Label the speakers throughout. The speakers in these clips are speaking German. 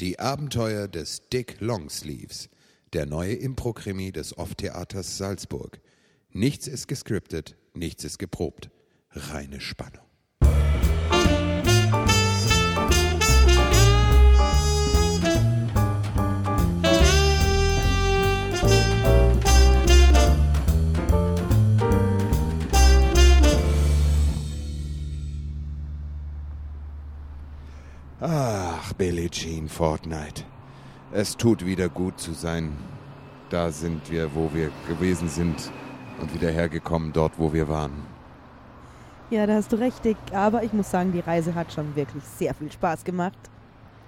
Speaker 1: Die Abenteuer des Dick Longsleeves, der neue Impro-Krimi des Off-Theaters Salzburg. Nichts ist gescriptet, nichts ist geprobt. Reine Spannung. Ach, Billie Jean Fortnite. Es tut wieder gut zu sein. Da sind wir, wo wir gewesen sind und wieder hergekommen, dort, wo wir waren.
Speaker 2: Ja, da hast du recht, Dick. Aber ich muss sagen, die Reise hat schon wirklich sehr viel Spaß gemacht.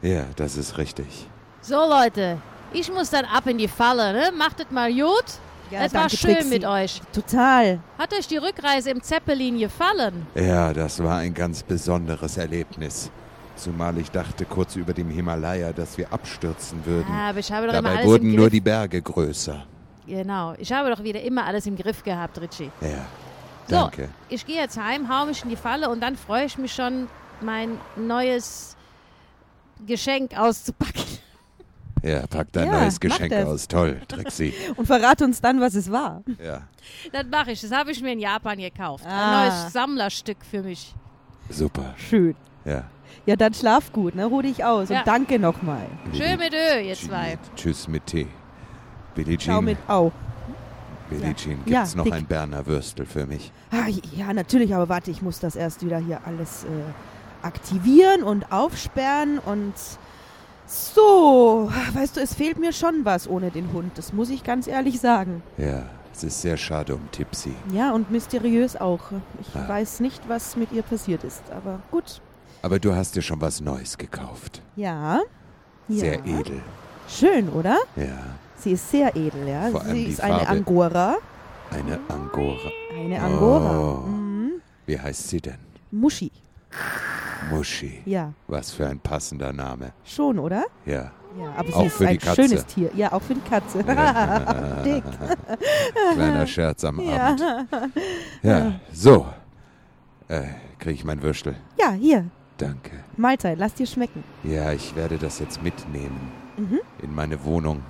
Speaker 1: Ja, das ist richtig.
Speaker 3: So Leute, ich muss dann ab in die Falle, ne? Machtet mal gut.
Speaker 2: Ja,
Speaker 3: es war
Speaker 2: danke,
Speaker 3: schön
Speaker 2: Trixie.
Speaker 3: mit euch.
Speaker 2: Total.
Speaker 3: Hat euch die Rückreise im Zeppelin gefallen?
Speaker 1: Ja, das war ein ganz besonderes Erlebnis. Zumal ich dachte kurz über dem Himalaya, dass wir abstürzen würden.
Speaker 3: Ja, Ah, aber ich habe doch immer
Speaker 1: Dabei
Speaker 3: alles
Speaker 1: wurden
Speaker 3: im
Speaker 1: nur
Speaker 3: Griff.
Speaker 1: die Berge größer.
Speaker 3: genau, ich habe doch wieder immer alles im Griff gehabt, Richie.
Speaker 1: Ja,
Speaker 3: So,
Speaker 1: danke.
Speaker 3: ich gehe jetzt heim, hau mich in die Falle und dann freue ich mich schon, mein neues Geschenk auszupacken.
Speaker 1: Ja, pack dein
Speaker 2: Ja,
Speaker 1: neues
Speaker 2: mach
Speaker 1: Geschenk
Speaker 2: das.
Speaker 1: aus. Toll, Trixie.
Speaker 2: Und verrate uns dann, was es war.
Speaker 1: ja,
Speaker 3: Das mache ich. Das habe ich mir in Japan gekauft.
Speaker 2: Ah.
Speaker 3: Ein neues Sammlerstück für mich.
Speaker 1: super.
Speaker 2: Schön.
Speaker 1: Ja.
Speaker 2: Ja, dann schlaf gut, ne? Ruh dich aus.
Speaker 3: Ja.
Speaker 2: Und danke nochmal.
Speaker 3: Schön mit Ö, ihr zwei.
Speaker 1: Tschüss mit Tee. Billie
Speaker 2: Ciao
Speaker 1: Jean,
Speaker 2: mit Au.
Speaker 1: Billie
Speaker 2: Ja.
Speaker 1: Jean,
Speaker 2: Ja,
Speaker 1: gibt's noch
Speaker 2: dick.
Speaker 1: ein Berner Würstel für mich?
Speaker 2: Ah, ja, natürlich, aber warte, ich muss das erst wieder hier alles äh, aktivieren und aufsperren und so. Weißt du, es fehlt mir schon was ohne den Hund. Das muss ich ganz ehrlich sagen.
Speaker 1: Ja, es ist sehr schade um Tipsy.
Speaker 2: Ja, und mysteriös auch. Ich
Speaker 1: Ah.
Speaker 2: weiß nicht, was mit ihr passiert ist, aber gut.
Speaker 1: Aber du hast dir schon was Neues gekauft.
Speaker 2: Ja. ja.
Speaker 1: Sehr edel.
Speaker 2: Schön, oder?
Speaker 1: Ja,
Speaker 2: Sie ist sehr edel, ja.
Speaker 1: Vor allem
Speaker 2: Sie
Speaker 1: die
Speaker 2: ist eine
Speaker 1: Farbe.
Speaker 2: Angora.
Speaker 1: eine Angora.
Speaker 2: Eine Angora.
Speaker 1: Oh.
Speaker 2: Mhm.
Speaker 1: Wie heißt sie denn?
Speaker 2: Muschi.
Speaker 1: Muschi.
Speaker 2: Ja,
Speaker 1: Was für ein passender Name.
Speaker 2: schon, oder?
Speaker 1: Ja.
Speaker 2: Ja, aber
Speaker 1: Auch
Speaker 2: sie ist
Speaker 1: für die
Speaker 2: ein
Speaker 1: Katze.
Speaker 2: schönes Tier. Ja, auch für die Katze. Dick.
Speaker 1: Kleiner Scherz am Abend.
Speaker 2: Ja.
Speaker 1: Ja, so. Äh, krieg ich mein Würstel.
Speaker 2: ja, hier,
Speaker 1: Danke.
Speaker 2: Mahlzeit, lass dir schmecken.
Speaker 1: Ja, ich werde das jetzt mitnehmen.
Speaker 2: Mhm.
Speaker 1: In meine Wohnung.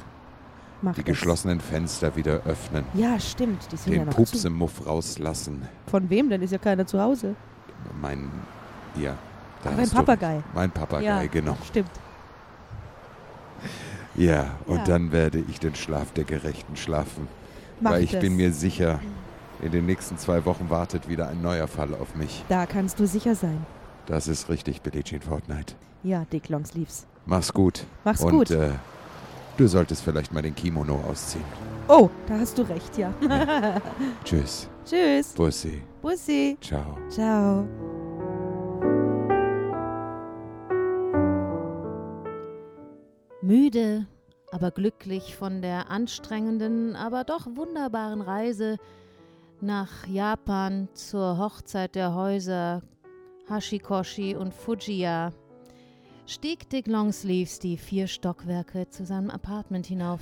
Speaker 2: Mach
Speaker 1: Die
Speaker 2: das.
Speaker 1: geschlossenen Fenster wieder öffnen.
Speaker 2: Ja, stimmt, die sind ja
Speaker 1: Den
Speaker 2: noch
Speaker 1: Pups
Speaker 2: zu.
Speaker 1: im Muff rauslassen.
Speaker 2: Von wem denn? Ist ja keiner zu Hause.
Speaker 1: Mein, ja. da hast
Speaker 2: Ach, ein
Speaker 1: du-
Speaker 2: Papagei.
Speaker 1: Mein Papagei,
Speaker 2: Ja.
Speaker 1: genau.
Speaker 2: Stimmt.
Speaker 1: Ja, und
Speaker 2: Ja.
Speaker 1: dann werde ich den Schlaf der Gerechten schlafen.
Speaker 2: Mach
Speaker 1: weil ich
Speaker 2: das. Mhm.
Speaker 1: bin mir sicher, in den nächsten zwei Wochen wartet wieder ein neuer Fall auf mich.
Speaker 2: da kannst du sicher sein.
Speaker 1: Das ist richtig, Billie Jean Fortnite.
Speaker 2: Ja, Dick Longsleeves.
Speaker 1: Mach's gut.
Speaker 2: Mach's
Speaker 1: und,
Speaker 2: gut.
Speaker 1: Äh, du solltest vielleicht mal den Kimono ausziehen.
Speaker 2: Oh, da hast du recht, ja.
Speaker 1: Tschüss.
Speaker 2: Tschüss.
Speaker 1: Bussi.
Speaker 2: Bussi.
Speaker 1: Ciao.
Speaker 2: Ciao.
Speaker 3: Müde, aber glücklich von der anstrengenden, aber doch wunderbaren Reise nach Japan zur Hochzeit der Häuser Hashikoshi und Fujiya, stieg Dick Longsleeves die vier Stockwerke zu seinem Apartment hinauf.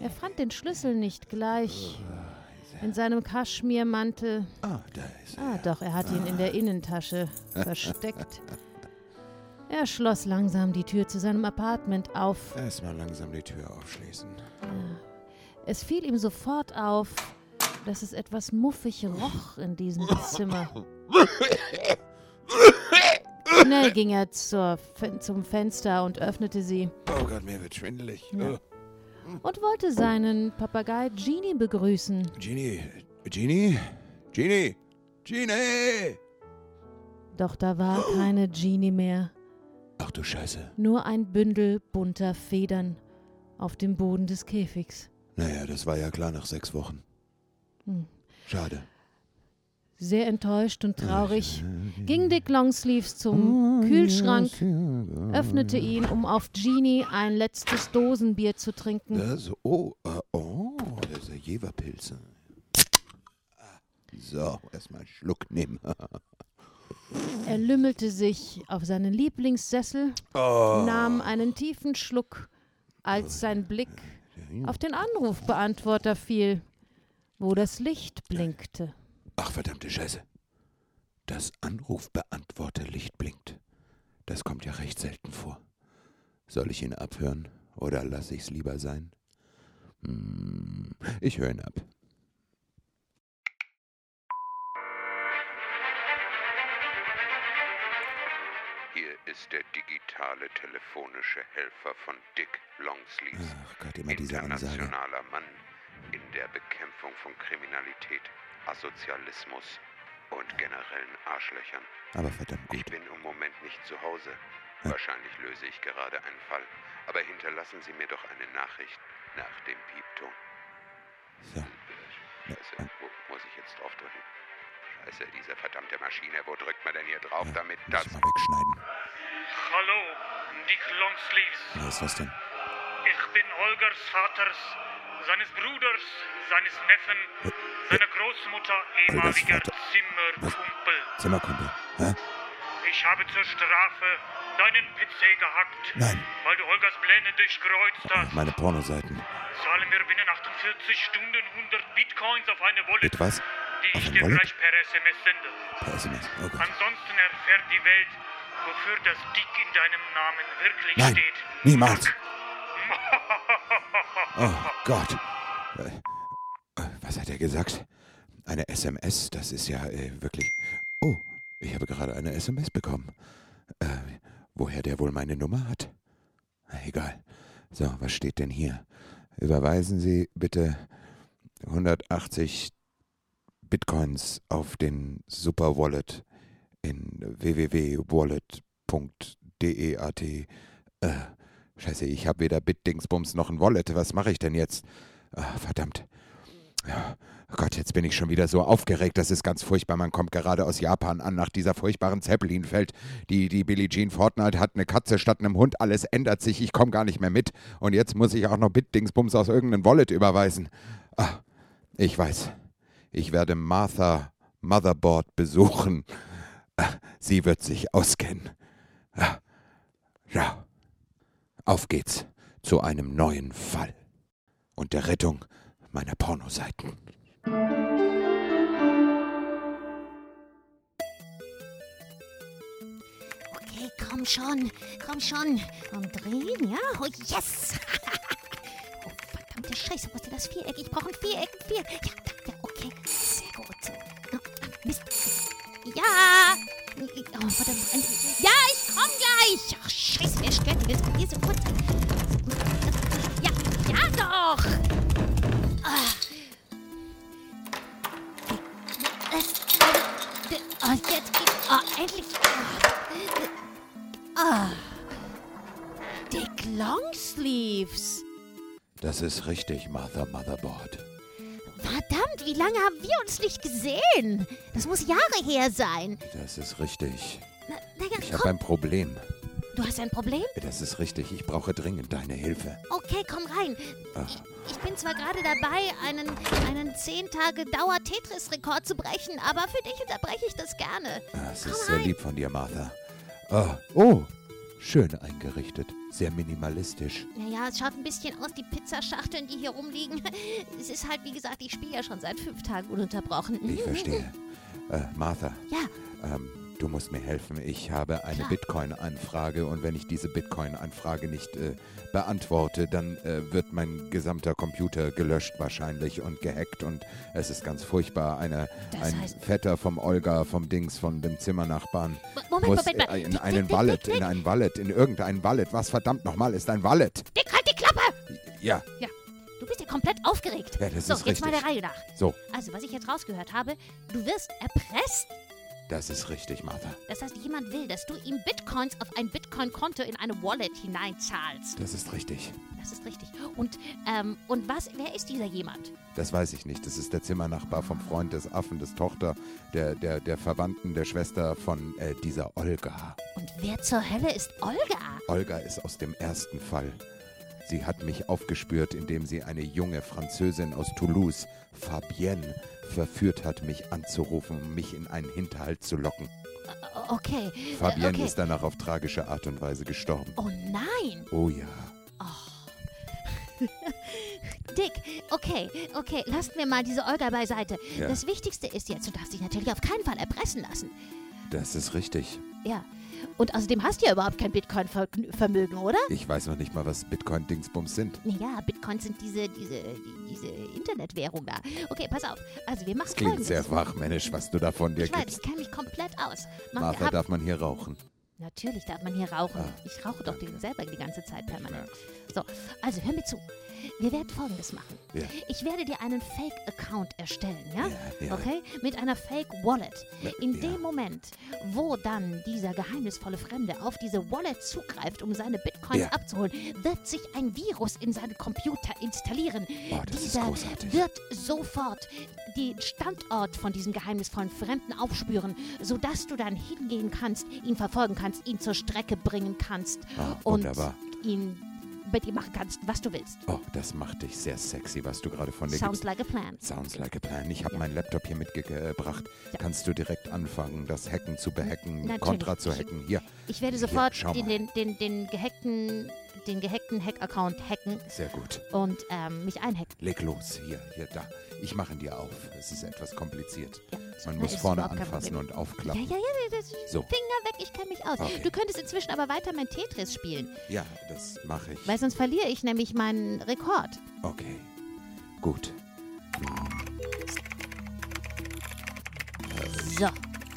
Speaker 3: Er fand den Schlüssel nicht gleich in seinem Kaschmirmantel.
Speaker 1: Ah, da ist
Speaker 3: Ah, doch, er hat ihn in der Innentasche versteckt. Er schloss langsam die Tür zu seinem Apartment auf.
Speaker 1: Erstmal langsam die Tür aufschließen.
Speaker 3: Es fiel ihm sofort auf, dass es etwas muffig roch in diesem Zimmer. Schnell ging er zur, Fen- zum Fenster und öffnete sie
Speaker 1: Oh Gott, mir wird schwindelig. Oh.
Speaker 3: Ja. und wollte seinen Papagei Genie begrüßen.
Speaker 1: Genie, Genie, Genie, Genie!
Speaker 3: Doch da war keine Genie mehr,
Speaker 1: Ach du Scheiße.
Speaker 3: nur ein Bündel bunter Federn auf dem Boden des Käfigs.
Speaker 1: Naja, das war ja klar nach sechs Wochen.
Speaker 3: Hm.
Speaker 1: Schade.
Speaker 3: Sehr enttäuscht und traurig ging Dick Longsleeves zum
Speaker 1: Oh,
Speaker 3: Kühlschrank, öffnete
Speaker 1: Mhm.
Speaker 3: ihn, um auf Genie ein letztes Dosenbier zu trinken.
Speaker 1: Das, oh, äh, oh, das sind Jeverpilze. Ah, So, erstmal einen Schluck nehmen.
Speaker 3: Er lümmelte sich auf seinen Lieblingssessel,
Speaker 1: Ah.
Speaker 4: Oh.
Speaker 3: nahm einen tiefen Schluck, als sein Blick auf den Anrufbeantworter fiel, wo das Licht blinkte.
Speaker 1: Ach, verdammte Scheiße. Das Anrufbeantworterlicht blinkt. Das kommt ja recht selten vor. Soll ich ihn abhören oder lasse ich's lieber sein? Hm, ich höre ihn ab.
Speaker 4: Hier ist der digitale telefonische Helfer von Dick Longsleeves.
Speaker 1: Ach Gott, Ah, immer diese Ansage.
Speaker 4: Internationaler Mann in der Bekämpfung von Kriminalität, Asozialismus und generellen Arschlöchern.
Speaker 1: Aber verdammt
Speaker 4: Ich
Speaker 1: gut.
Speaker 4: bin im Moment nicht zu Hause. Wahrscheinlich löse ich gerade einen Fall. Aber hinterlassen Sie mir doch eine Nachricht nach dem Piepton. Äh,
Speaker 1: So.
Speaker 4: Scheiße, wo muss ich jetzt draufdrücken? Scheiße, diese verdammte Maschine, wo drückt man denn hier drauf, damit
Speaker 1: Muss
Speaker 4: das...
Speaker 1: ich mal wegschneiden.
Speaker 5: Hallo, Dick Longsleeves.
Speaker 1: Was ist das denn?
Speaker 5: Ich bin Olgers Vaters, seines Bruders, seines
Speaker 1: Hä?
Speaker 5: Neffen, seiner Großmutter, ehemaliger
Speaker 1: Vater? Was?
Speaker 5: Zimmerkumpel.
Speaker 1: Zimmerkumpel. Hä?
Speaker 5: Ich habe zur Strafe deinen PC gehackt,
Speaker 1: Nein.
Speaker 5: weil du Olgers Pläne durchkreuzt
Speaker 1: Ach,
Speaker 5: hast.
Speaker 1: meine Pornoseiten.
Speaker 5: Zahle mir binnen 48 Stunden 100 Bitcoins auf eine Wallet,
Speaker 1: Bitte was?
Speaker 5: die
Speaker 1: auf
Speaker 5: ich
Speaker 1: ein
Speaker 5: dir
Speaker 1: Wallet?
Speaker 5: gleich per SMS sende.
Speaker 1: Per SMS. Oh Gott.
Speaker 5: Ansonsten erfährt die Welt, wofür das Dick in deinem Namen wirklich
Speaker 1: Nein.
Speaker 5: steht.
Speaker 1: Niemals. Oh Gott. Äh, äh, Was hat er gesagt? Eine SMS? Das ist ja äh, wirklich. Oh, ich habe gerade eine SMS bekommen. Äh, woher der wohl meine Nummer hat? Na, Egal. So, was steht denn hier? Überweisen Sie bitte 180 Bitcoins auf den Super Wallet in www.wallet.deat. Äh, scheiße, ich habe weder Bitdingsbums noch ein Wallet. Was mache ich denn jetzt? Ah, verdammt. Ja, oh Gott, jetzt bin ich schon wieder so aufgeregt. Das ist ganz furchtbar. Man kommt gerade aus Japan an nach dieser furchtbaren Zeppelin-Feld. Die, die Billie Jean Fortnite hat eine Katze statt einem Hund. Alles ändert sich. Ich komme gar nicht mehr mit. Und jetzt muss ich auch noch Bitdingsbums aus irgendeinem Wallet überweisen. Ah, ich weiß. Ich werde Martha Motherboard besuchen. Ah, Sie wird sich auskennen. Ah, Ja. Auf geht's zu einem neuen Fall und der Rettung meiner Pornoseiten.
Speaker 6: Okay, komm schon, komm schon. Umdrehen, ja? Oh, yes! oh, verdammte Scheiße, wo ist denn das Viereck? Ich brauche ein Viereck, ein Viereck. Ja, da, ja, okay, sehr gut. Ah, Mist. Ja! Oh, warte mal. Ja, ich komm gleich! Ach, Scheiße, wer stört die jetzt? Hier sofort. Ja, ja doch! Äh, Ah. Oh, jetzt geht's. Oh, endlich.
Speaker 3: Dick Longsleeves.
Speaker 1: Das ist richtig, Martha Motherboard.
Speaker 6: Verdammt, wie lange haben wir uns nicht gesehen? Das muss Jahre her sein.
Speaker 1: Das ist richtig.
Speaker 6: Na, na ja,
Speaker 1: Ich
Speaker 6: komm,
Speaker 1: habe ein Problem.
Speaker 6: du hast ein Problem?
Speaker 1: Das ist richtig. Ich brauche dringend deine Hilfe.
Speaker 6: Okay, komm rein.
Speaker 1: Ach,
Speaker 6: Ich bin zwar gerade dabei, einen, einen 10 Tage Dauer Tetris-Rekord zu brechen, aber für dich unterbreche ich das gerne.
Speaker 1: das ist sehr lieb von dir, Martha. Oh, oh, schön eingerichtet. Sehr minimalistisch.
Speaker 6: Naja, es schaut ein bisschen aus, die Pizzaschachteln, die hier rumliegen. Es ist halt, wie gesagt, ich spiele ja schon seit fünf Tagen ununterbrochen.
Speaker 1: Ich verstehe. Äh, Martha,
Speaker 6: Mhm, Ja,
Speaker 1: Ähm, du musst mir helfen. Ich habe eine
Speaker 6: Klar.
Speaker 1: Bitcoin-Anfrage und wenn ich diese Bitcoin-Anfrage nicht äh, beantworte, dann äh, wird mein gesamter Computer gelöscht wahrscheinlich und gehackt und es ist ganz furchtbar. Eine,
Speaker 6: Das
Speaker 1: ein
Speaker 6: heißt-
Speaker 1: Vetter vom Olga, vom Dings, von dem Zimmernachbarn
Speaker 6: Moment,
Speaker 1: muss
Speaker 6: Moment,
Speaker 1: äh,
Speaker 6: Moment.
Speaker 1: in einen Wallet, in einen Wallet, in irgendein Wallet. Was verdammt nochmal ist ein Wallet?
Speaker 6: Dick, halt die Klappe!
Speaker 1: Ja,
Speaker 6: Du bist ja komplett aufgeregt.
Speaker 1: Ja, das
Speaker 6: so,
Speaker 1: ist
Speaker 6: jetzt mal
Speaker 1: richtig.
Speaker 6: der Reihe nach.
Speaker 1: so,
Speaker 6: Also, was ich jetzt rausgehört habe, du wirst erpresst.
Speaker 1: das ist richtig, Martha.
Speaker 6: Das heißt, jemand will, dass du ihm Bitcoins auf ein Bitcoin-Konto in eine Wallet hineinzahlst.
Speaker 1: Das ist richtig.
Speaker 6: Das ist richtig. Und, ähm, und was, wer ist dieser jemand?
Speaker 1: Das weiß ich nicht. Das ist der Zimmernachbar vom Freund des Affen, des Tochter, der, der, der Verwandten, der Schwester von äh, dieser Olga.
Speaker 6: Und wer zur Hölle ist Olga?
Speaker 1: Olga ist aus dem ersten Fall. Sie hat mich aufgespürt, indem sie eine junge Französin aus Toulouse, Fabienne, verführt hat, mich anzurufen, um mich in einen Hinterhalt zu locken.
Speaker 6: O- Okay. Äh,
Speaker 1: Fabienne
Speaker 6: okay.
Speaker 1: ist danach auf tragische Art und Weise gestorben.
Speaker 6: Oh nein!
Speaker 1: Oh ja.
Speaker 6: Dick, okay, okay, lasst mir mal diese Olga beiseite.
Speaker 1: Ja.
Speaker 6: Das Wichtigste ist jetzt, du darfst dich natürlich auf keinen Fall erpressen lassen.
Speaker 1: Das ist richtig.
Speaker 6: Ja. Und außerdem hast du ja überhaupt kein Bitcoin-Vermögen, oder?
Speaker 1: Ich weiß noch nicht mal, was Bitcoin-Dingsbums sind.
Speaker 6: Naja, Bitcoins sind diese, diese, die- diese Internetwährung da. Okay, pass auf. Also wir machen
Speaker 1: Das klingt
Speaker 6: folgendes.
Speaker 1: sehr wachmännisch, was du da von dir
Speaker 6: ich weiß, ich
Speaker 1: gibst.
Speaker 6: kenne mich komplett aus. Machen wir
Speaker 1: Martha,
Speaker 6: ab.
Speaker 1: darf man hier rauchen?
Speaker 6: Natürlich darf man hier rauchen.
Speaker 1: Ah,
Speaker 6: ich rauche doch
Speaker 1: danke.
Speaker 6: den selber die ganze Zeit permanent.
Speaker 1: merk's.
Speaker 6: So, also hör mir zu. Wir werden folgendes machen.
Speaker 1: Ja.
Speaker 6: Ich werde dir einen Fake-Account erstellen, ja?
Speaker 1: Ja, ja.
Speaker 6: Ah, Okay? Mit einer Fake-Wallet.
Speaker 1: Ja,
Speaker 6: In
Speaker 1: ja.
Speaker 6: dem Moment, wo dann dieser geheimnisvolle Fremde auf diese Wallet zugreift, um seine Bitcoins
Speaker 1: Ja.
Speaker 6: abzuholen, wird sich ein Virus in seinen Computer installieren.
Speaker 1: Oh, das ist
Speaker 6: dieser
Speaker 1: großartig.
Speaker 6: wird sofort den Standort von diesem geheimnisvollen Fremden aufspüren, sodass du dann hingehen kannst, ihn verfolgen kannst, ihn zur Strecke bringen kannst
Speaker 1: Ah,
Speaker 6: und
Speaker 1: wunderbar.
Speaker 6: ihn mit ihm machen kannst, was du willst.
Speaker 1: Oh, das macht dich sehr sexy, was du gerade von dir
Speaker 6: Sounds
Speaker 1: gibst.
Speaker 6: like a plan.
Speaker 1: Sounds like a plan. Ich habe
Speaker 6: Ja.
Speaker 1: meinen Laptop hier mitgebracht.
Speaker 6: Ja.
Speaker 1: Kannst du direkt anfangen, das Hacken zu behacken,
Speaker 6: Natürlich.
Speaker 1: Contra zu
Speaker 6: Ich-
Speaker 1: hacken? Hier,
Speaker 6: Ich werde
Speaker 1: Ja,
Speaker 6: sofort
Speaker 1: schau
Speaker 6: den,
Speaker 1: mal.
Speaker 6: den, den, den gehackten den gehackten Hack-Account hacken
Speaker 1: sehr gut.
Speaker 6: und ähm, mich einhacken.
Speaker 1: Leg los, hier, hier, da. Ich mache ihn dir auf. Es ist etwas kompliziert.
Speaker 6: Ja,
Speaker 1: Man
Speaker 6: na,
Speaker 1: muss
Speaker 6: ist
Speaker 1: vorne
Speaker 6: überhaupt kein
Speaker 1: anfassen
Speaker 6: Problem.
Speaker 1: und
Speaker 6: Ja,
Speaker 1: aufklappen.
Speaker 6: ja, ja, das,
Speaker 1: So. Ah.
Speaker 6: Finger weg, ich kenne mich aus.
Speaker 1: Okay.
Speaker 6: Du könntest inzwischen aber weiter mein Tetris spielen,
Speaker 1: Ja, das mache ich.
Speaker 6: weil sonst verliere ich nämlich meinen Rekord.
Speaker 1: Okay, gut.
Speaker 6: So,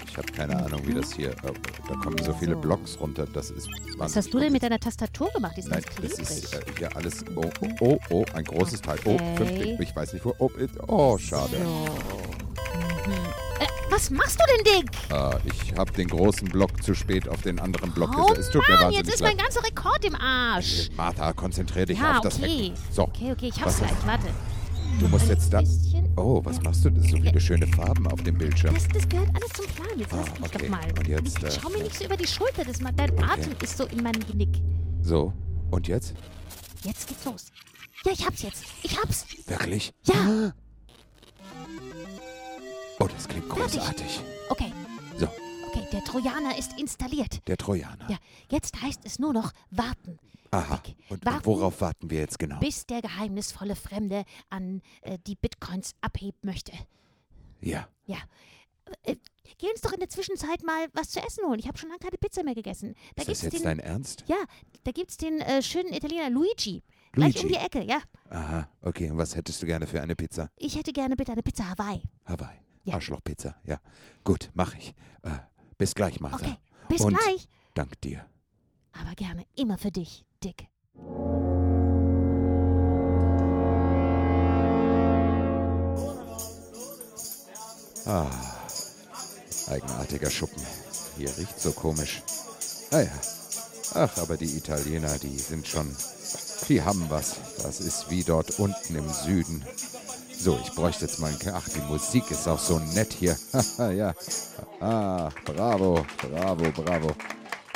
Speaker 1: Ich habe keine Ahnung, wie das hier. Oh, da kommen so viele
Speaker 6: So.
Speaker 1: Blocks runter. Das ist.
Speaker 6: was hast du denn mit deiner Tastatur gemacht? Die ist
Speaker 1: Nein,
Speaker 6: ganz
Speaker 1: das
Speaker 6: klebrig.
Speaker 1: ist äh, hier alles. Oh, oh, oh, oh ein großes Teil.
Speaker 6: Hm. Okay.
Speaker 1: Oh, fünf, ich weiß nicht wo. Oh, it- oh schade.
Speaker 6: äh, was machst du denn, Dick?
Speaker 1: Äh, ich habe den großen Block zu spät auf den anderen Block
Speaker 6: Oh
Speaker 1: gesetzt. Es tut mir
Speaker 6: Mann, jetzt
Speaker 1: wahnsinnig
Speaker 6: ist mein
Speaker 1: leid.
Speaker 6: ganzer Rekord im Arsch.
Speaker 1: Martha, konzentrier dich
Speaker 6: Ja,
Speaker 1: auf das
Speaker 6: okay.
Speaker 1: Hacken. So,
Speaker 6: Okay, okay, ich hab's
Speaker 1: Was
Speaker 6: gleich. Warte.
Speaker 1: du musst jetzt da.
Speaker 6: bisschen.
Speaker 1: Oh, was machst du denn? So viele schöne Farben auf dem Bildschirm.
Speaker 6: Das, das gehört alles zum Plan. Jetzt
Speaker 1: Ah,
Speaker 6: lass mich doch
Speaker 1: okay.
Speaker 6: mal.
Speaker 1: Und jetzt, äh,
Speaker 6: Schau mir nicht so über die Schulter. Das, ma- dein Atem ist so in meinem Genick.
Speaker 1: So, und jetzt?
Speaker 6: Jetzt geht's los. Ja, ich hab's jetzt. Ich hab's.
Speaker 1: Wirklich?
Speaker 6: Ja.
Speaker 1: Oh, das klingt
Speaker 6: Fertig.
Speaker 1: großartig.
Speaker 6: Okay,
Speaker 1: So,
Speaker 6: okay, der Trojaner ist installiert.
Speaker 1: der Trojaner.
Speaker 6: Ja, jetzt heißt es nur noch warten,
Speaker 1: Aha.
Speaker 6: Dick,
Speaker 1: Und,
Speaker 6: warten.
Speaker 1: und worauf warten wir jetzt genau?
Speaker 6: bis der geheimnisvolle Fremde an äh, die Bitcoins abheben möchte.
Speaker 1: Ja.
Speaker 6: Ja. Äh, geh uns doch in der Zwischenzeit mal was zu essen holen. Ich habe schon lange keine Pizza mehr gegessen. Da
Speaker 1: Ist das
Speaker 6: gibt's
Speaker 1: jetzt
Speaker 6: den,
Speaker 1: dein Ernst?
Speaker 6: ja, da gibt's den äh, schönen Italiener Luigi. Gleich um
Speaker 1: Luigi?
Speaker 6: die Ecke, ja.
Speaker 1: Aha, okay. Und was hättest du gerne für eine Pizza?
Speaker 6: Ich hätte gerne bitte eine Pizza Hawaii.
Speaker 1: Hawaii.
Speaker 6: Ja.
Speaker 1: Arschlochpizza, ja. Gut, mach ich. Äh, bis gleich, Martha.
Speaker 6: Okay, bis
Speaker 1: Und
Speaker 6: gleich.
Speaker 1: Dank dir.
Speaker 6: Aber gerne immer für dich, Dick.
Speaker 1: Eigenartiger Schuppen. Hier riecht so komisch. Naja. Ach, aber die Italiener, die sind schon. Die haben was. Das ist wie dort unten im Süden. So, ich bräuchte jetzt mal einen. K- Ach, die Musik ist auch so nett hier. Haha, ja. Ah, bravo, bravo, bravo.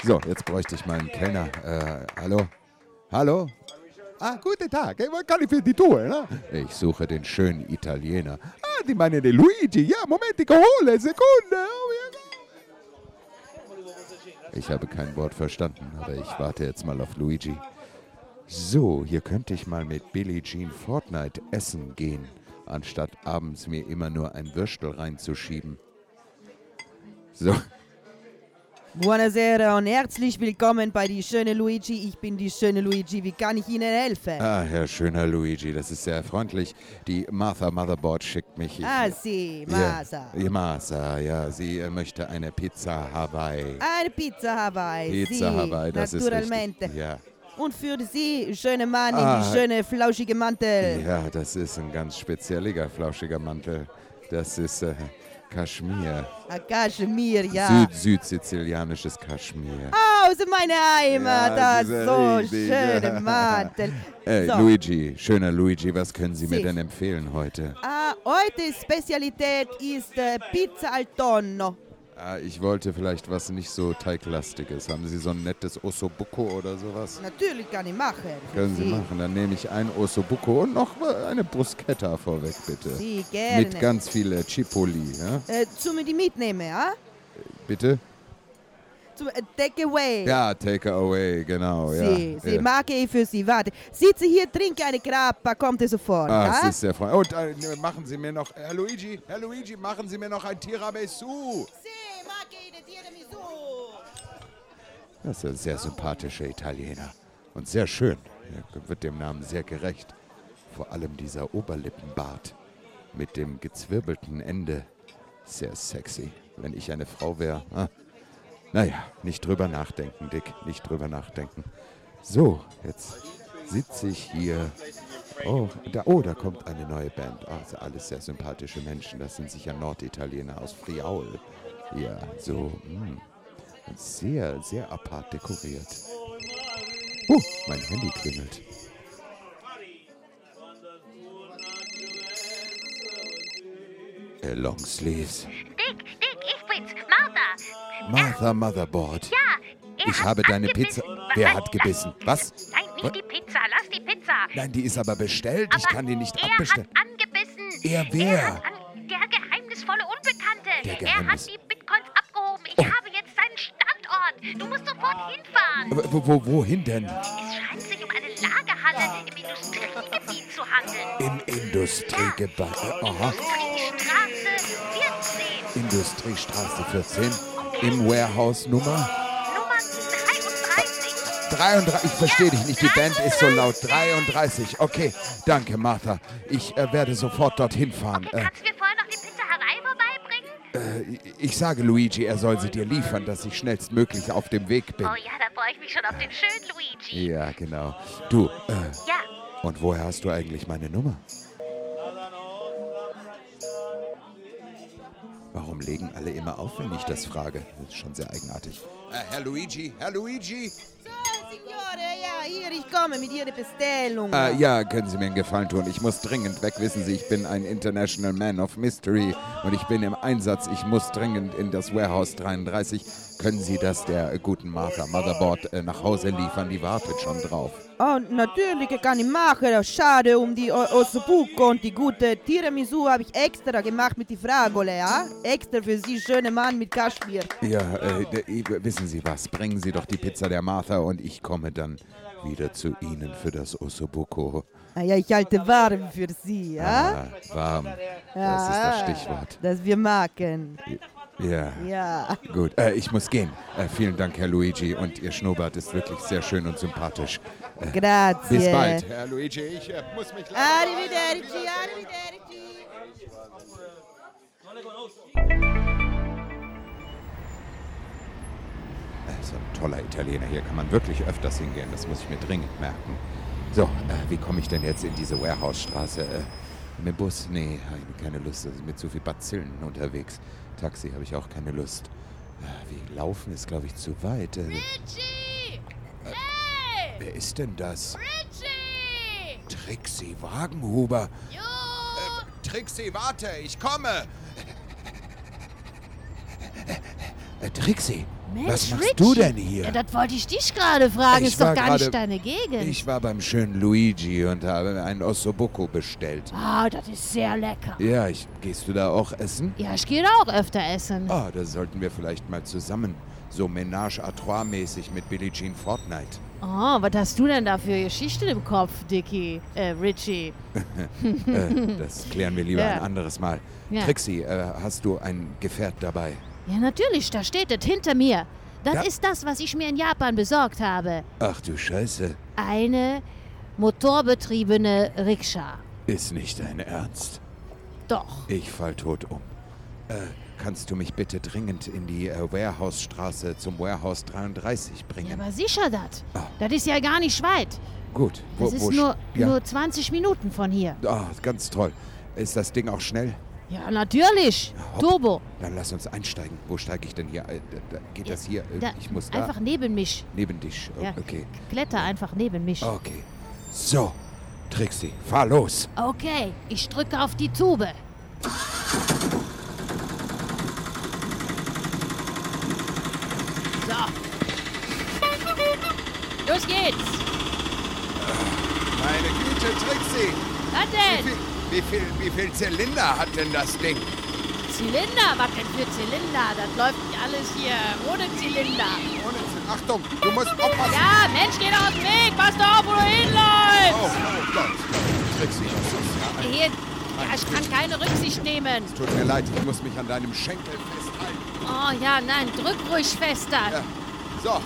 Speaker 1: So, jetzt bräuchte ich mal einen Kellner. Äh, hallo? Hallo? Ah, guten Tag. Hey, Was kann ich für die tun? Ne? Ich suche den schönen Italiener. Ah, die meinen den Luigi. Ja, Moment, ich hole. Sekunde. Oh, ja. Ich habe kein Wort verstanden, aber ich warte jetzt mal auf Luigi. So, hier könnte ich mal mit Billie Jean Fortnite essen gehen, anstatt abends mir immer nur ein Würstel reinzuschieben. So,
Speaker 2: Buonasera und herzlich willkommen bei die schöne Luigi. Ich bin die schöne Luigi. Wie kann ich Ihnen helfen?
Speaker 1: ah, Herr schöner Luigi, das ist sehr freundlich. Die Martha Motherboard schickt mich hier.
Speaker 2: Ah, sì, Masa.
Speaker 1: Ja, Masa, ja, sie äh, möchte eine Pizza Hawaii.
Speaker 2: Ah, Eine Pizza Hawaii.
Speaker 1: Pizza
Speaker 2: sì,
Speaker 1: Hawaii, das ist
Speaker 2: Äh, naturalmente.
Speaker 1: richtig. Ja.
Speaker 2: Und für Sie, schöne Mann,
Speaker 1: Ah.
Speaker 2: die schöne flauschige Mantel.
Speaker 1: Ja, das ist ein ganz spezielliger, flauschiger Mantel. Das ist äh, Kaschmir.
Speaker 2: Ah, Kaschmir, ja.
Speaker 1: Süd-südsizilianisches Kaschmir.
Speaker 2: Aus meiner
Speaker 1: Ja,
Speaker 2: Heimat, ah,
Speaker 1: das ist
Speaker 2: so
Speaker 1: richtig,
Speaker 2: schöne
Speaker 1: ja.
Speaker 2: Mantel.
Speaker 1: Äh,
Speaker 2: so.
Speaker 1: Luigi, schöner Luigi, was können Sie mir
Speaker 2: Sì.
Speaker 1: denn empfehlen heute?
Speaker 2: Ah, heute Spezialität ist äh, Pizza al Tonno.
Speaker 1: Ah, ich wollte vielleicht was nicht so teiglastiges. Haben Sie so ein nettes Ossobuco oder sowas?
Speaker 2: Natürlich kann ich machen. für
Speaker 1: Können Sie machen. Dann nehme ich ein Ossobuco und noch äh, eine Bruschetta vorweg, bitte.
Speaker 2: Sie
Speaker 1: Mit
Speaker 2: gerne.
Speaker 1: ganz viel äh, Cipolli, ja?
Speaker 2: Äh, zum die mitnehmen, ja?
Speaker 1: Bitte?
Speaker 2: Zum äh, Takeaway.
Speaker 1: Ja, take away, genau, ja.
Speaker 2: Sie, sie
Speaker 1: ja.
Speaker 2: mag ich für Sie. Warte, sitze hier, trinke eine Grappa, kommt sofort.
Speaker 1: Ah,
Speaker 2: ja?
Speaker 1: es ist sehr freundlich. Und äh, ne, machen Sie mir noch, Herr Luigi, Herr Luigi, machen Sie mir noch ein Tiramisu.
Speaker 2: eh Sì, ma che ne tiene misura?
Speaker 1: Das ist ein sehr sympathischer Italiener. Und sehr schön. Er wird dem Namen sehr gerecht. Vor allem dieser Oberlippenbart mit dem gezwirbelten Ende. Sehr sexy. Wenn ich eine Frau wäre. Ah. Naja, nicht drüber nachdenken, Dick. Nicht drüber nachdenken. So, jetzt sitze ich hier. Oh da, oh, da kommt eine neue Band. Ah, sind alles sehr sympathische Menschen. Das sind sicher Norditaliener aus Friaul. Ja, so. mm. Und Sehr, sehr apart dekoriert. Oh, mein Handy klingelt. Äh, Longsleeves.
Speaker 7: Dick, Dick, ich bin's, Martha.
Speaker 1: Martha Motherboard.
Speaker 7: Ja, er
Speaker 1: Ich
Speaker 7: hat
Speaker 1: habe deine Pizza.
Speaker 7: abgebissen.
Speaker 1: Wer
Speaker 7: Nein,
Speaker 1: hat
Speaker 7: nein,
Speaker 1: gebissen? Was?
Speaker 7: Nein,
Speaker 1: Wa-
Speaker 7: nicht die Pizza, lass die Pizza.
Speaker 1: Nein, die ist aber bestellt. Ich
Speaker 7: Aber
Speaker 1: kann die nicht
Speaker 7: er
Speaker 1: abbestellen.
Speaker 7: hat angebissen.
Speaker 1: Er wer?
Speaker 7: Er hat an, der geheimnisvolle Unbekannte.
Speaker 1: Der
Speaker 7: er
Speaker 1: Geheimnis- Oh.
Speaker 7: hat die Bitcoins abgehoben. Ich habe jetzt seinen Standort. Du musst sofort hinfahren.
Speaker 1: W- Wo, wo, wohin denn?
Speaker 7: Es scheint sich um eine Lagerhalle im Industriegebiet zu handeln.
Speaker 1: Im Industriegebäude. Aha.
Speaker 7: Industriestraße 14,
Speaker 1: Industriestraße 14. Im Warehouse Nummer
Speaker 7: Nummer 33.
Speaker 1: 33. Ich verstehe dich nicht. Die Band ist so laut. 33. Okay. Danke, Martha. Ich äh, werde sofort dorthin fahren. Äh,
Speaker 7: Kannst du mir vorher noch die Pizzaherei vorbeibringen?
Speaker 1: ich sage Luigi, er soll sie dir liefern, dass ich schnellstmöglich auf dem Weg bin.
Speaker 7: Oh ja, da freue ich mich schon auf den schönen Luigi.
Speaker 1: Äh. Ja, genau. Du, äh,
Speaker 7: Ja,
Speaker 1: und woher hast du eigentlich meine Nummer? Warum legen alle immer auf, wenn ich das frage? Das ist schon sehr eigenartig. Äh, Herr Luigi, Herr Luigi!
Speaker 2: Signore, ja, hier, ich komme mit Ihrer Bestellung.
Speaker 1: Äh, ja, können Sie mir einen Gefallen tun. Ich muss dringend weg. Wissen Sie, ich bin ein International Man of Mystery und ich bin im Einsatz. Ich muss dringend in das Warehouse 33. Können Sie das der äh, guten Martha Motherboard äh, nach Hause liefern? Die wartet schon drauf.
Speaker 2: Oh, natürlich kann ich machen. Schade um die O- Ossobuco und die gute Tiramisu habe ich extra gemacht mit die Fragole, ja? Extra für Sie, schöne Mann mit Kaschmir.
Speaker 1: Ja, äh, d- i- wissen Sie was? Bringen Sie doch die Pizza der Martha und ich komme dann wieder zu Ihnen für das Ossobuco.
Speaker 2: Ah ja, ich halte warm für Sie, ja?
Speaker 1: Ah, warm. Das ist das Stichwort.
Speaker 2: Das wir machen.
Speaker 1: Ja.
Speaker 2: Ja.
Speaker 1: Gut, äh, ich muss gehen. Äh, vielen Dank, Herr Luigi. Und Ihr Schnurrbart ist wirklich sehr schön und sympathisch.
Speaker 2: Grazie.
Speaker 1: Bis bald, Herr Luigi. Ich äh, muss mich leider-
Speaker 2: Arrivederci, arrivederci.
Speaker 1: Äh, so ein toller Italiener. Hier kann man wirklich öfters hingehen. Das muss ich mir dringend merken. So, äh, wie komme ich denn jetzt in diese Warehouse-Straße? Äh, mit dem Bus? Nee, hab ich keine Lust. Da sind mir zu viele Bazillen unterwegs. Taxi habe ich auch keine Lust. Äh, wie laufen ist, glaube ich, zu weit. Äh,
Speaker 7: Richie! Hey!
Speaker 1: wer ist denn das?
Speaker 7: Richie!
Speaker 1: Trixie Wagenhuber.
Speaker 7: Jo!
Speaker 1: Trixie, warte, ich komme. Äh, Trixie, was machst du denn hier?
Speaker 3: Ja, das wollte ich dich gerade fragen.
Speaker 1: Ich
Speaker 3: ist doch
Speaker 1: war
Speaker 3: gar nicht
Speaker 1: gerade-
Speaker 3: deine Gegend.
Speaker 1: Ich war beim schönen Luigi und habe einen Ossobuco bestellt.
Speaker 3: ah, das ist sehr lecker.
Speaker 1: Ja, ich, gehst du da auch essen?
Speaker 3: Ja, ich gehe da auch öfter essen.
Speaker 1: Ah, da sollten wir vielleicht mal zusammen. So Ménage à trois mäßig mit Billie Jean Fortnite.
Speaker 3: Oh, was hast du denn da für Geschichten im Kopf, Dicky? Äh, Richie.
Speaker 1: äh, das klären wir lieber
Speaker 3: Ja.
Speaker 1: ein anderes Mal.
Speaker 3: Ja.
Speaker 1: Trixie, äh, hast du ein Gefährt dabei?
Speaker 3: Ja, natürlich, da steht es hinter mir. Das
Speaker 1: Ja.
Speaker 3: ist das, was ich mir in Japan besorgt habe.
Speaker 1: Ach du Scheiße,
Speaker 3: Eine motorbetriebene Rikscha.
Speaker 1: ist nicht dein Ernst.
Speaker 3: Doch.
Speaker 1: Ich fall tot um. Äh, kannst du mich bitte dringend in die äh, Warehouse-Straße zum Warehouse 33
Speaker 3: Ja,
Speaker 1: bringen?
Speaker 3: aber sicher das.
Speaker 1: Ah.
Speaker 3: Das ist ja gar nicht weit.
Speaker 1: Gut. Wo,
Speaker 3: Das
Speaker 1: wo sch-
Speaker 3: ist nur,
Speaker 1: ja.
Speaker 3: nur 20 Minuten von hier.
Speaker 1: Ah, ganz toll. Ist das Ding auch schnell?
Speaker 3: Ja, natürlich.
Speaker 1: Hopp.
Speaker 3: Turbo.
Speaker 1: Dann lass uns einsteigen. Wo steige ich denn hier? Äh, da, da, geht das hier? Äh,
Speaker 3: Da,
Speaker 1: ich muss da.
Speaker 3: einfach neben mich.
Speaker 1: neben dich. Oh,
Speaker 3: Ja.
Speaker 1: Okay.
Speaker 3: Kletter einfach neben mich.
Speaker 1: Okay. So, Trixie, fahr los.
Speaker 3: Okay, ich drücke auf die Tube. So. Los geht's.
Speaker 1: Meine Güte, Trixie.
Speaker 3: Was denn?
Speaker 1: Wie viel, wie viel Zylinder hat denn das Ding?
Speaker 3: Zylinder? Was denn für Zylinder? Das läuft nicht alles hier ohne Zylinder.
Speaker 1: Ohne Achtung, du musst aufpassen.
Speaker 3: Ja, Mensch, geh doch aus dem Weg. Pass doch auf, wo du
Speaker 1: Oh,
Speaker 3: hinläufst.
Speaker 1: oh Gott. Trixie, das ist ja ein
Speaker 3: Hier, ja, ich kann keine Rücksicht nehmen.
Speaker 1: Tut mir leid, ich muss mich an deinem Schenkel festhalten.
Speaker 3: Oh ja, nein, drück ruhig fester.
Speaker 1: Ja. So,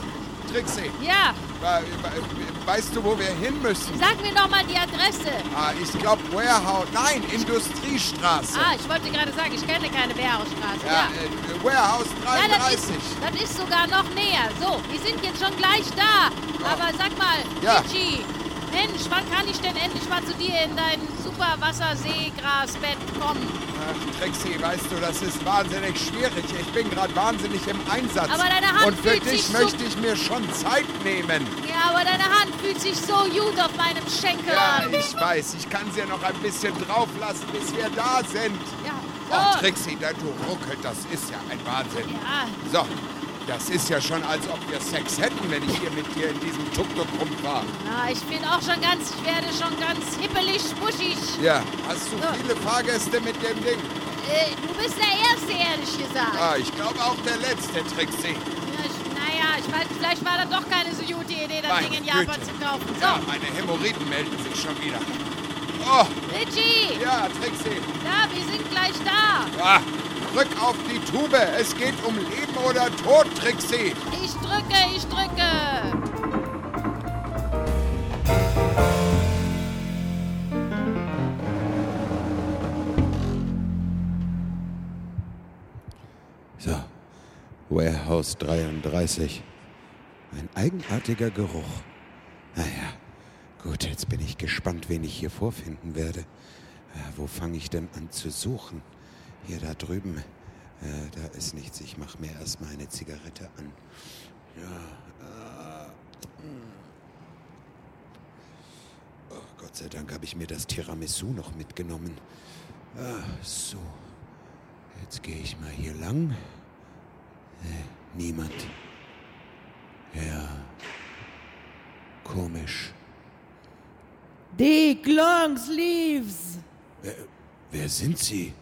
Speaker 1: Trixie,
Speaker 3: Ja,
Speaker 1: wa- wa- weißt du, wo wir hin müssen?
Speaker 3: sag mir doch mal die Adresse.
Speaker 1: Ah, ich glaube, Warehouse. Nein, Industriestraße.
Speaker 3: Ah, ich wollte gerade sagen, ich kenne keine Bärhausstraße.
Speaker 1: Ja,
Speaker 3: Ja.
Speaker 1: äh, Warehouse
Speaker 3: Ja, das ist,
Speaker 1: 33.
Speaker 3: das ist sogar noch näher. So, wir sind jetzt schon gleich da. Aber sag mal,
Speaker 1: Ja.
Speaker 3: Gigi, Mensch, wann kann ich denn endlich mal zu dir in dein super Wasserseegrasbett kommen?
Speaker 1: Ach, Trixie, Äh, weißt du, das ist wahnsinnig schwierig. Ich bin gerade wahnsinnig im Einsatz.
Speaker 3: Aber deine Hand
Speaker 1: Und für
Speaker 3: fühlt
Speaker 1: dich
Speaker 3: sich so-
Speaker 1: möchte ich mir schon Zeit nehmen.
Speaker 3: Ja, aber deine Hand fühlt sich so gut auf meinem Schenkel
Speaker 1: Ja,
Speaker 3: an.
Speaker 1: ich weiß, ich kann sie ja noch ein bisschen drauflassen, bis wir da sind.
Speaker 3: Ja, Oh.
Speaker 1: Ach,
Speaker 3: so.
Speaker 1: Trixie, da du ruckelt, das ist ja ein Wahnsinn.
Speaker 3: ja.
Speaker 1: So, das ist ja schon, als ob wir Sex hätten, wenn ich hier mit dir in diesem Tuk-Tuk rumfahre.
Speaker 3: Na, ich bin auch schon ganz, ich werde schon ganz hippelig, spuschig.
Speaker 1: Ja. Hast du
Speaker 3: So.
Speaker 1: viele Fahrgäste mit dem Ding?
Speaker 3: Äh, du bist der Erste, ehrlich gesagt.
Speaker 1: Ah, ich glaube auch der letzte, Trixie.
Speaker 3: Ja, ich, naja, ich weiß, vielleicht war das doch keine so gute Idee, das
Speaker 1: Meine
Speaker 3: Ding in Japan
Speaker 1: Güte.
Speaker 3: zu kaufen. So,
Speaker 1: Ja, meine Hämorrhoiden melden sich schon wieder. Oh,
Speaker 3: Richie,
Speaker 1: ja, Trixie.
Speaker 3: ja, wir sind gleich da.
Speaker 1: Ah, rück auf die Tube. Es geht um Leben oder Tod, Trixie.
Speaker 3: Ich drücke, ich drücke.
Speaker 1: So, Warehouse 33. Ein eigenartiger Geruch. Naja, gut, jetzt bin ich gespannt, wen ich hier vorfinden werde. Äh, wo fange ich denn an zu suchen? Hier da drüben. Äh, da ist nichts. Ich mache mir erstmal eine Zigarette an. Ja, äh, mm. oh, Gott sei Dank habe ich mir das Tiramisu noch mitgenommen. Ah, so. Jetzt gehe ich mal hier lang. Äh, niemand. Ja. Komisch.
Speaker 2: Dick Longsleeves,
Speaker 1: Wer sind Sie?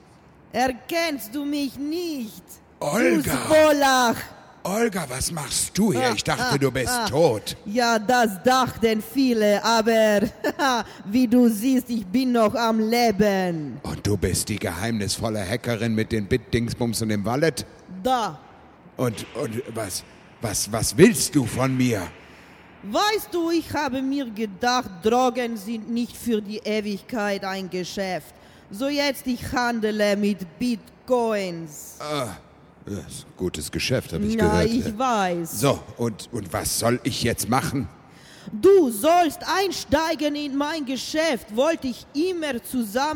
Speaker 2: erkennst du mich nicht?
Speaker 1: Olga!
Speaker 2: Volach.
Speaker 1: Olga, was machst du
Speaker 2: Ah,
Speaker 1: hier? Ich dachte, du bist tot.
Speaker 2: Ja, das dachten viele, aber wie du siehst, ich bin noch am Leben.
Speaker 1: Und du bist die geheimnisvolle Hackerin mit den Bit-Dingsbums und dem Wallet?
Speaker 2: Da,
Speaker 1: Und, und was, was, was willst du von mir?
Speaker 2: Weißt du, ich habe mir gedacht, Drogen sind nicht für die Ewigkeit ein Geschäft. So jetzt ich handele mit Bitcoins.
Speaker 1: Das ist ein gutes Geschäft, habe ich
Speaker 2: Na,
Speaker 1: gehört.
Speaker 2: ich weiß.
Speaker 1: so, und, und was soll ich jetzt machen?
Speaker 2: Du sollst einsteigen in mein Geschäft. Wollte ich immer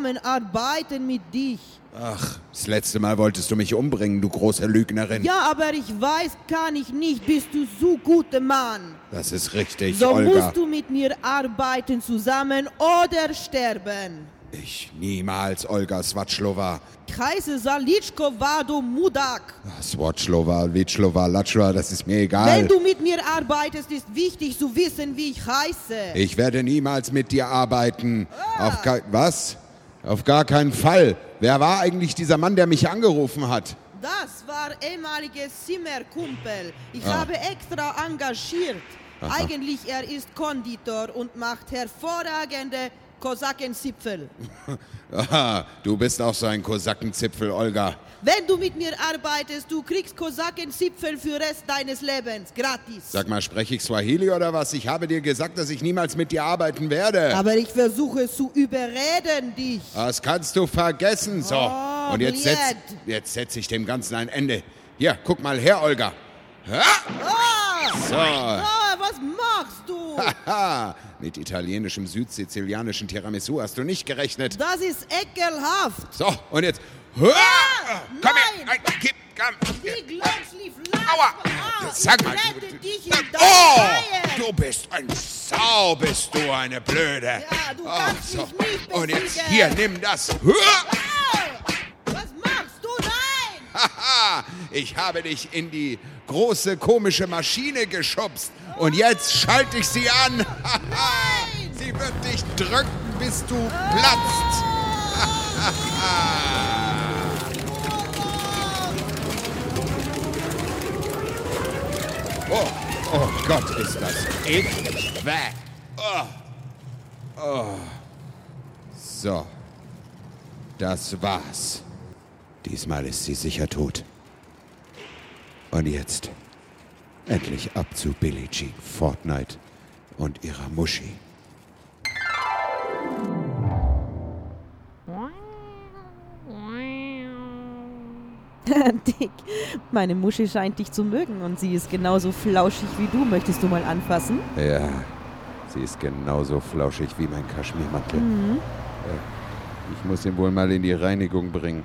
Speaker 2: zusammenarbeiten mit dich.
Speaker 1: Ach, das letzte Mal wolltest du mich umbringen, du große Lügnerin.
Speaker 2: Ja, aber ich weiß, kann ich nicht. Bist du so guter Mann.
Speaker 1: Das ist richtig,
Speaker 2: So
Speaker 1: Olga.
Speaker 2: musst du mit mir arbeiten zusammen oder sterben.
Speaker 1: Ich niemals, Olga Swatschlova.
Speaker 2: Ich heiße Salitschko Vado Mudak.
Speaker 1: Ach, Swatschlova, Witschlova, Latschwa, das ist mir egal.
Speaker 2: Wenn du mit mir arbeitest, ist wichtig zu wissen, wie ich heiße.
Speaker 1: ich werde niemals mit dir arbeiten. Auf gar, was? Auf gar keinen Fall. Wer war eigentlich dieser Mann, der mich angerufen hat?
Speaker 2: Das war ehemaliger Zimmerkumpel. Ich
Speaker 1: Ah.
Speaker 2: habe extra engagiert. Eigentlich er ist Konditor und macht hervorragende Kosakenzipfel.
Speaker 1: Aha, du bist auch so ein Kosakenzipfel, Olga.
Speaker 2: Wenn du mit mir arbeitest, du kriegst Kosakenzipfel für Rest deines Lebens, gratis.
Speaker 1: Sag mal, spreche ich Swahili oder was? Ich habe dir gesagt, dass ich niemals mit dir arbeiten werde.
Speaker 2: Aber ich versuche zu überreden dich.
Speaker 1: Das kannst du vergessen. So.
Speaker 2: Oh,
Speaker 1: und jetzt setz,
Speaker 2: Juliette.
Speaker 1: jetzt setze ich dem Ganzen ein Ende. Hier, guck mal her, Olga.
Speaker 2: Ah,
Speaker 1: So.
Speaker 2: ah, was machst du?
Speaker 1: Haha, mit italienischem, südsizilianischen Tiramisu hast du nicht gerechnet.
Speaker 2: Das ist ekelhaft.
Speaker 1: So, und jetzt. Hör! komm her!
Speaker 2: Ah, nein!
Speaker 1: Ein, gib, komm.
Speaker 2: Die Glanz lief lang
Speaker 1: Aua!
Speaker 2: voran.
Speaker 1: Sag mal.
Speaker 2: Ich rette
Speaker 1: du-
Speaker 2: dich in
Speaker 1: du-
Speaker 2: deine
Speaker 1: Oh!
Speaker 2: Reihe.
Speaker 1: Du bist ein Sau, bist du eine Blöde.
Speaker 2: Ja, du
Speaker 1: Oh,
Speaker 2: kannst
Speaker 1: so.
Speaker 2: mich nicht
Speaker 1: Und jetzt
Speaker 2: besiegen.
Speaker 1: hier, nimm das. Hör!
Speaker 2: Au! Was machst du? Nein!
Speaker 1: Haha, ich habe dich in die große komische Maschine geschubst und jetzt schalte ich sie an. Haha, sie wird dich drücken, bis du platzt. oh, oh Gott, ist das eklig. Bäh. Oh. Oh. So, das war's. Diesmal ist sie sicher tot. Und jetzt Endlich ab zu Billie Jean Fortnite und ihrer Muschi.
Speaker 2: Dick, meine Muschi scheint dich zu mögen und sie ist genauso flauschig wie du. Möchtest du mal anfassen?
Speaker 1: Ja, sie ist genauso flauschig wie mein Kaschmirmantel.
Speaker 2: Mhm.
Speaker 1: Äh, Ich muss ihn wohl mal in die Reinigung bringen.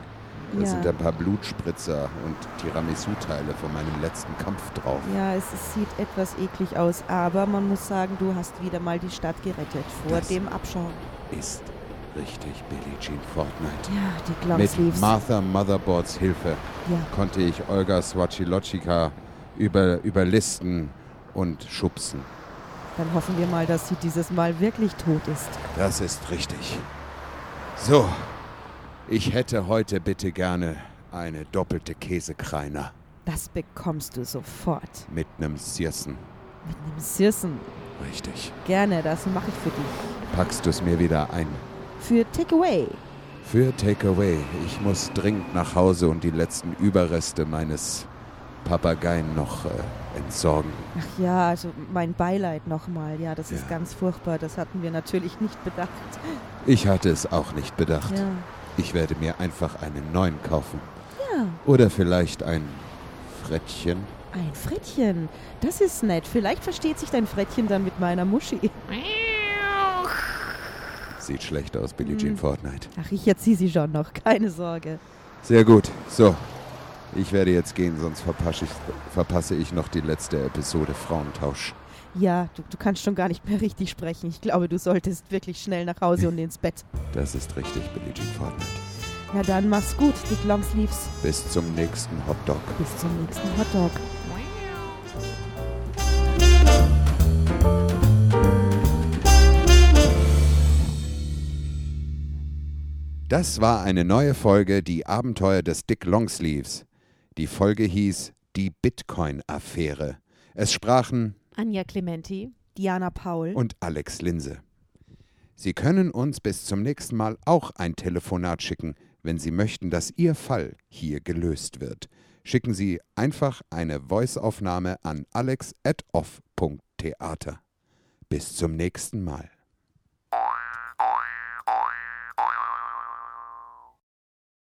Speaker 1: Da
Speaker 2: Ja.
Speaker 1: sind ein paar Blutspritzer und Tiramisu-Teile von meinem letzten Kampf drauf.
Speaker 2: Ja, es, es sieht etwas eklig aus, aber man muss sagen, du hast wieder mal die Stadt gerettet vor
Speaker 1: Das-
Speaker 2: dem Abschauen.
Speaker 1: Ist richtig Billie Jean Fortnite.
Speaker 2: Ja, die
Speaker 1: Mit
Speaker 2: Longsleeves.
Speaker 1: Martha Motherboards Hilfe
Speaker 2: Ja.
Speaker 1: konnte ich Olga Swatchilotchika über, überlisten und schubsen.
Speaker 2: Dann hoffen wir mal, dass sie dieses Mal wirklich tot ist.
Speaker 1: Das ist richtig. So, ich hätte heute bitte gerne eine doppelte Käsekreiner
Speaker 2: Das bekommst du sofort.
Speaker 1: mit einem Sirsen.
Speaker 2: Mit einem Sirsen.
Speaker 1: Richtig.
Speaker 2: Gerne, das mache ich für dich.
Speaker 1: Packst du es mir wieder ein?
Speaker 2: Für Takeaway.
Speaker 1: Für Takeaway. Ich muss dringend nach Hause und die letzten Überreste meines Papageien noch äh, entsorgen.
Speaker 2: Ach ja, also mein Beileid nochmal. Ja, das
Speaker 1: Ja.
Speaker 2: ist ganz furchtbar. Das hatten wir natürlich nicht bedacht.
Speaker 1: Ich hatte es auch nicht bedacht.
Speaker 2: Ja.
Speaker 1: Ich werde mir einfach einen neuen kaufen.
Speaker 2: ja.
Speaker 1: Oder vielleicht ein Frettchen.
Speaker 2: Ein Frettchen. Das ist nett. Vielleicht versteht sich dein Frettchen dann mit meiner Muschi.
Speaker 1: Sieht schlecht aus, Billie Jean Fortnite.
Speaker 2: Ach, ich erzieh sie schon noch. Keine Sorge.
Speaker 1: Sehr gut. So. Ich werde jetzt gehen, sonst verpasse ich, verpasse ich noch die letzte Episode Frauentausch.
Speaker 2: Ja, du, du kannst schon gar nicht mehr richtig sprechen. Ich glaube, du solltest wirklich schnell nach Hause und ins Bett.
Speaker 1: Das ist richtig, Billie Jean Fortnite.
Speaker 2: Na dann, mach's gut, Dick Longsleeves.
Speaker 1: Bis zum nächsten Hotdog.
Speaker 2: Bis zum nächsten Hotdog.
Speaker 1: Das war eine neue Folge Die Abenteuer des Dick Longsleeves. Die Folge hieß Die Bitcoin-Affäre. Es sprachen
Speaker 3: Anja Clementi.
Speaker 2: Diana Paul.
Speaker 1: und Alex Linse. Sie können uns bis zum nächsten Mal auch ein Telefonat schicken, wenn Sie möchten, dass Ihr Fall hier gelöst wird. Schicken Sie einfach eine Voiceaufnahme an alex.off.theater. Bis zum nächsten Mal.